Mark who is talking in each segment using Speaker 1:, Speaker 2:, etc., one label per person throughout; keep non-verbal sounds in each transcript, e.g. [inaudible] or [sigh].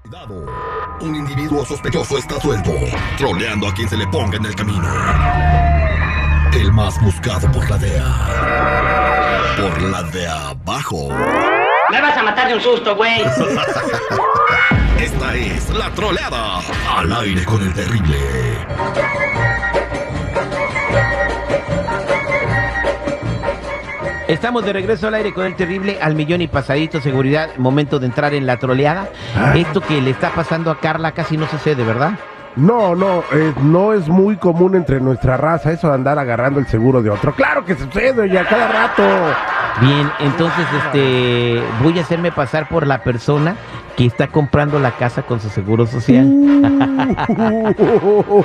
Speaker 1: Arrestado. Un individuo sospechoso está suelto, troleando a quien se le ponga en el camino. El más buscado por la DEA. Por la de abajo.
Speaker 2: Me vas a matar de un susto, güey.
Speaker 1: Esta es la troleada. Al aire con el terrible.
Speaker 3: Estamos de regreso al aire con el terrible al millón y pasadito, seguridad, momento de entrar en la troleada.
Speaker 4: Ah.
Speaker 3: Esto que le está pasando a Carla casi no sucede, ¿verdad?
Speaker 4: No, no, eh, no es muy común entre nuestra raza eso de andar agarrando el seguro de otro. Claro que sucede, y a cada rato.
Speaker 3: Bien, entonces este voy a hacerme pasar por la persona que está comprando la casa con su seguro [laughs]
Speaker 4: [laughs]
Speaker 3: social ¿eh?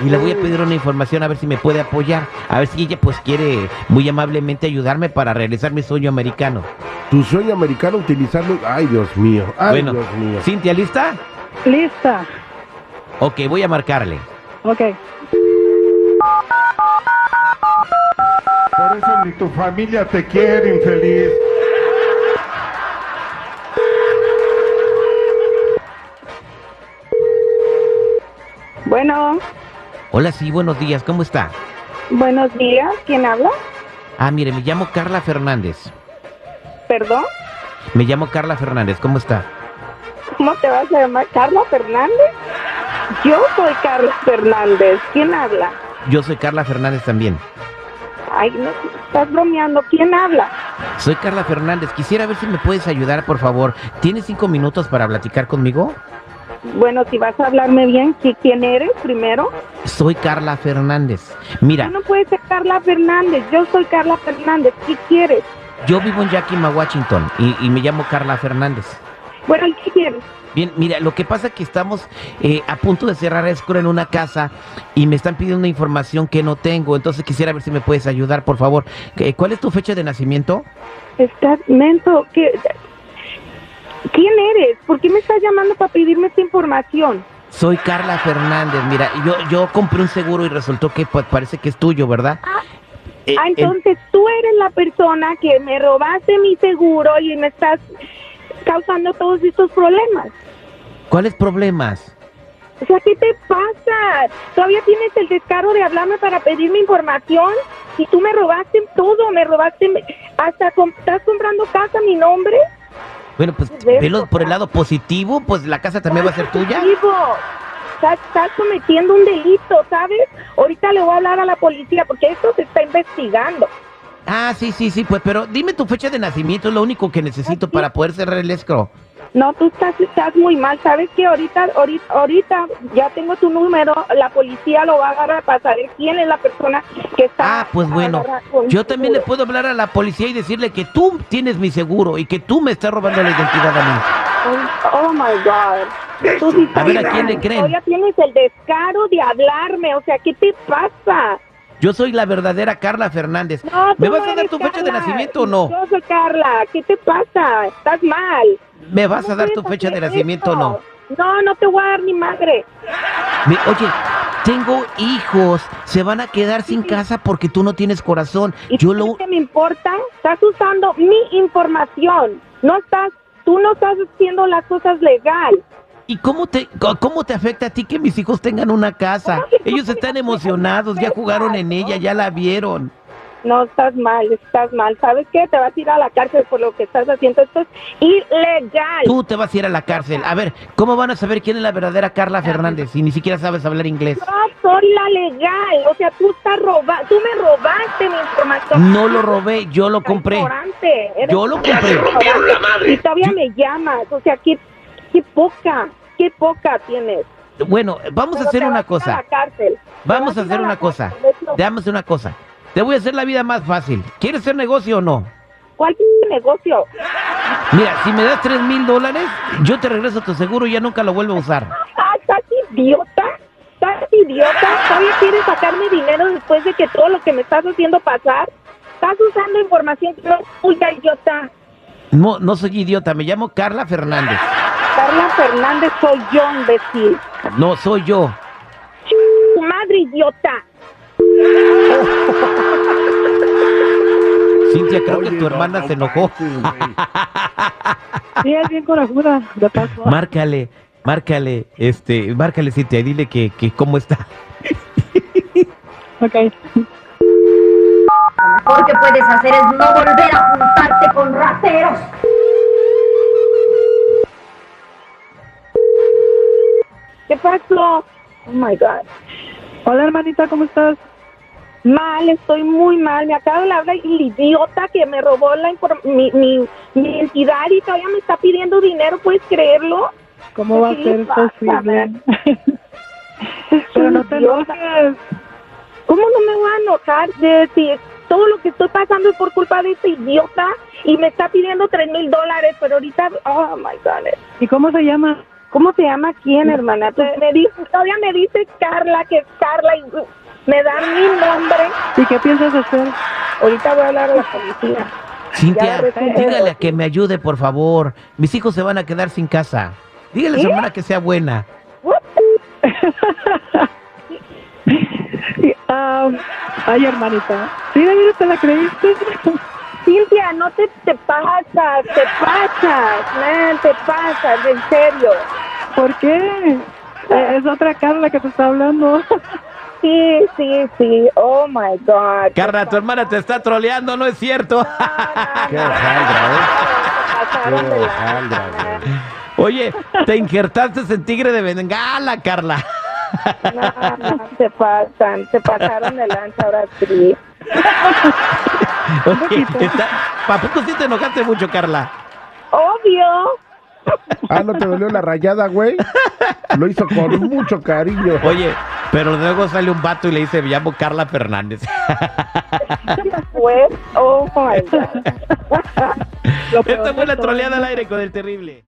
Speaker 3: y le voy a pedir una información a ver si me puede apoyar, a ver si ella pues quiere muy amablemente ayudarme para realizar mi sueño americano.
Speaker 4: Tu sueño americano utilizarlo. Ay, Dios mío. Ay,
Speaker 3: bueno,
Speaker 4: Dios mío.
Speaker 3: Cintia, ¿lista?
Speaker 5: Lista.
Speaker 3: Ok, voy a marcarle.
Speaker 5: Ok.
Speaker 6: Por eso ni tu familia te quiere, infeliz.
Speaker 5: Bueno,
Speaker 3: Hola, sí, buenos días, ¿cómo está?
Speaker 5: buenos días. ¿Quién habla?
Speaker 3: Ah, mire, me llamo Carla Fernández.
Speaker 5: Perdón.
Speaker 3: Me llamo Carla Fernández, ¿cómo está?
Speaker 5: ¿Cómo te vas a llamar? ¿Carla Fernández? Yo soy Carla Fernández. ¿Quién habla?
Speaker 3: Yo soy Carla Fernández también.
Speaker 5: Ay, no, estás bromeando. ¿Quién habla?
Speaker 3: Soy Carla Fernández. Quisiera ver si me puedes ayudar, por favor. ¿Tienes cinco minutos para platicar conmigo?
Speaker 5: Bueno, si vas a hablarme bien, ¿qui- ¿quién eres primero?
Speaker 3: Soy Carla Fernández. Mira,
Speaker 5: Tú no puedes ser Carla Fernández. Yo soy Carla Fernández. ¿Qué quieres?
Speaker 3: yo vivo en Yakima, Washington, y, y me llamo Carla Fernández.
Speaker 5: Bueno, ¿y ¿qué quieres?
Speaker 3: Bien, mira, lo que pasa es que estamos eh, a punto de cerrar escuela en una casa y me están pidiendo una información que no tengo. Entonces quisiera ver si me puedes ayudar, por favor. Eh, ¿Cuál es tu fecha de nacimiento?
Speaker 5: Estás mento. ¿Qué? ¿Quién eres? ¿Por qué me estás llamando para pedirme esta información?
Speaker 3: Soy Carla Fernández. Mira, yo, yo compré un seguro y resultó que pa- parece que es tuyo, ¿verdad? Eh,
Speaker 5: Ah,
Speaker 3: eh,
Speaker 5: entonces tú eres la persona que me robaste mi seguro y me estás causando todos estos problemas.
Speaker 3: ¿Cuáles problemas?
Speaker 5: O sea, ¿qué te pasa? ¿Todavía tienes el descaro de hablarme para pedirme información? Y tú me robaste todo, me robaste, hasta com- estás comprando casa a mi nombre.
Speaker 3: Bueno, pues
Speaker 5: Pues ves,
Speaker 3: velo
Speaker 5: o
Speaker 3: por el
Speaker 5: sea.
Speaker 3: lado positivo, pues la casa también va a ser tuya.
Speaker 5: Vivo. Estás, estás cometiendo un delito, ¿sabes? Ahorita le voy a hablar a la policía porque esto se está investigando.
Speaker 3: Ah, sí, sí, sí, pues, pero dime tu fecha de nacimiento, es lo único que necesito para poder cerrar el escro.
Speaker 5: No, tú estás, estás muy mal. ¿Sabes que Ahorita, ahorita, ahorita ya tengo tu número. La policía lo va a agarrar para saber quién es la persona que está.
Speaker 3: Ah, pues bueno,
Speaker 5: agarra- con
Speaker 3: yo también le
Speaker 5: seguro.
Speaker 3: puedo hablar a la policía y decirle que tú tienes mi seguro y que tú me estás robando la identidad a mí.
Speaker 5: Oh, oh my God. Tú sí
Speaker 3: A ver,
Speaker 5: estás
Speaker 3: ¿a quién
Speaker 5: mal.
Speaker 3: le creen?
Speaker 5: Todavía tienes el descaro de hablarme. O sea, ¿qué te pasa?
Speaker 3: Yo soy la verdadera Carla Fernández.
Speaker 5: No, tú
Speaker 3: ¿Me
Speaker 5: no
Speaker 3: vas a dar
Speaker 5: eres
Speaker 3: tu fecha de
Speaker 5: Carla.
Speaker 3: nacimiento o no?
Speaker 5: Yo soy Carla. ¿Qué te pasa? Estás mal.
Speaker 3: ¿Me vas a
Speaker 5: ¿Cómo
Speaker 3: dar tu
Speaker 5: puedes
Speaker 3: fecha de
Speaker 5: hacer
Speaker 3: nacimiento o no?
Speaker 5: eso? No, no te voy a dar mi madre.
Speaker 3: Me- oye, tengo hijos, se van a quedar sin casa porque tú no tienes corazón.
Speaker 5: ¿Y
Speaker 3: Yo
Speaker 5: tú
Speaker 3: lo
Speaker 5: qué me importa? Estás usando mi información. No estás, tú no estás haciendo las cosas legal.
Speaker 3: ¿Y cómo te co- cómo te afecta a ti que mis hijos tengan una casa?
Speaker 5: ¿Cómo que
Speaker 3: Ellos
Speaker 5: no?
Speaker 3: están emocionados, ya jugaron en ella, ya la vieron.
Speaker 5: No estás mal, estás mal. ¿Sabes qué? Te vas a ir a la cárcel por lo que estás haciendo. Esto es ilegal.
Speaker 3: Tú te vas a ir a la cárcel. A ver, ¿cómo van a saber quién es la verdadera Carla Fernández si ni siquiera sabes hablar inglés?
Speaker 5: Yo soy la legal. O sea, tú estás roba, tú me robaste mi información.
Speaker 3: No lo robé, yo lo
Speaker 5: Estás
Speaker 3: compré.
Speaker 5: ignorante. Eres
Speaker 3: Yo lo
Speaker 5: un
Speaker 3: compré.
Speaker 5: ignorante. Y todavía
Speaker 3: Yo-
Speaker 5: me llamas. O sea, qué, qué poca, qué poca tienes.
Speaker 3: Bueno, vamos a
Speaker 5: Pero
Speaker 3: hacer
Speaker 5: te
Speaker 3: una
Speaker 5: vas ir
Speaker 3: cosa.
Speaker 5: la cárcel. Te
Speaker 3: Vamos
Speaker 5: vas
Speaker 3: a
Speaker 5: ir
Speaker 3: hacer
Speaker 5: la
Speaker 3: una cosa.
Speaker 5: cárcel, es lo
Speaker 3: Déjame hacer una cosa. Te voy a hacer la vida más fácil. ¿Quieres hacer negocio o no?
Speaker 5: ¿Cuál negocio?
Speaker 3: Mira, si me das tres mil dólares, yo te regreso tu seguro y ya nunca lo vuelvo a usar.
Speaker 5: Ah, ¿Estás idiota? ¿Estás idiota? ¿Todavía quieres sacarme dinero después de que todo lo que me estás haciendo pasar? Estás usando información que no es tuya, idiota.
Speaker 3: No, no soy idiota, me llamo Carla Fernández.
Speaker 5: Carla Fernández soy yo, imbécil.
Speaker 3: No, soy yo.
Speaker 5: Ch- Tu madre, idiota.
Speaker 3: Cintia, creo que
Speaker 6: Oye,
Speaker 3: tu
Speaker 6: no,
Speaker 3: hermana
Speaker 6: no
Speaker 3: se enojó.
Speaker 6: manches, güey.
Speaker 7: Sí, es bien corajuda, de paso.
Speaker 3: Márcale. Márcale, este, márcale, Cintia, y dile que, que cómo está.
Speaker 5: Ok.
Speaker 7: Lo mejor que puedes hacer es no volver a juntarte con rateros.
Speaker 5: ¿Qué pasó? Oh my God. Hola, hermanita, ¿cómo estás? Mal, estoy muy mal. Me acaba de hablar el idiota que me robó la inform- mi, mi, mi identidad y todavía me está pidiendo dinero. ¿Puedes creerlo?
Speaker 8: ¿Cómo va a
Speaker 5: Pues Sí,
Speaker 8: ser
Speaker 5: pásame.
Speaker 8: posible? [laughs] Pero
Speaker 5: Pues
Speaker 8: no te
Speaker 5: Idiota.
Speaker 8: enojes.
Speaker 5: ¿Cómo no me voy a enojar de si todo lo que estoy pasando es por culpa de este idiota y me está pidiendo tres mil dólares? Pero ahorita, oh my God.
Speaker 8: ¿Y cómo se llama?
Speaker 5: ¿Cómo te llama quién, hermana? Te- me dice, todavía me dice Carla, que es Carla y uh, me da mi nombre.
Speaker 8: ¿Y qué piensas hacer?
Speaker 5: Ahorita voy a hablar a la policía. Ya
Speaker 3: Cintia,
Speaker 5: arrepenté.
Speaker 3: dígale a que me ayude, por favor. Mis hijos se van a quedar sin casa. Dígale a su
Speaker 5: ¿Eh?
Speaker 3: hermana que sea buena.
Speaker 5: What?
Speaker 8: Y, ah, ay, hermanita. Sí, mira, te la creíste.
Speaker 5: Cintia, no te, te pasas, te pasas, man, te pasas, en serio.
Speaker 8: ¿Por qué?
Speaker 5: Ah.
Speaker 8: Eh, es otra Carla que te está hablando.
Speaker 5: Sí, sí, sí, oh my God.
Speaker 3: Carla, tu hermana te está troleando, ¿no es cierto?
Speaker 4: Qué ¿eh? Alejandra, ¿eh?
Speaker 5: Pasaron de la-
Speaker 4: Alejandra, güey.
Speaker 3: Oye, te injertaste en tigre de bengala, Carla.
Speaker 5: No, no, se pasan, se pasaron de lanza ahora sí.
Speaker 3: [laughs] Oye, está... ¿A poco sí te enojaste mucho, Carla?
Speaker 5: Obvio.
Speaker 4: Ah, ¿no te dolió la rayada, güey? Lo hizo con mucho cariño.
Speaker 3: [laughs] Oye, pero luego sale un vato y le dice, me llamo Carla Fernández.
Speaker 5: Pues, oh my God.
Speaker 8: Lo peor
Speaker 3: Esta fue la
Speaker 8: de todo.
Speaker 3: Este troleada al aire con el terrible.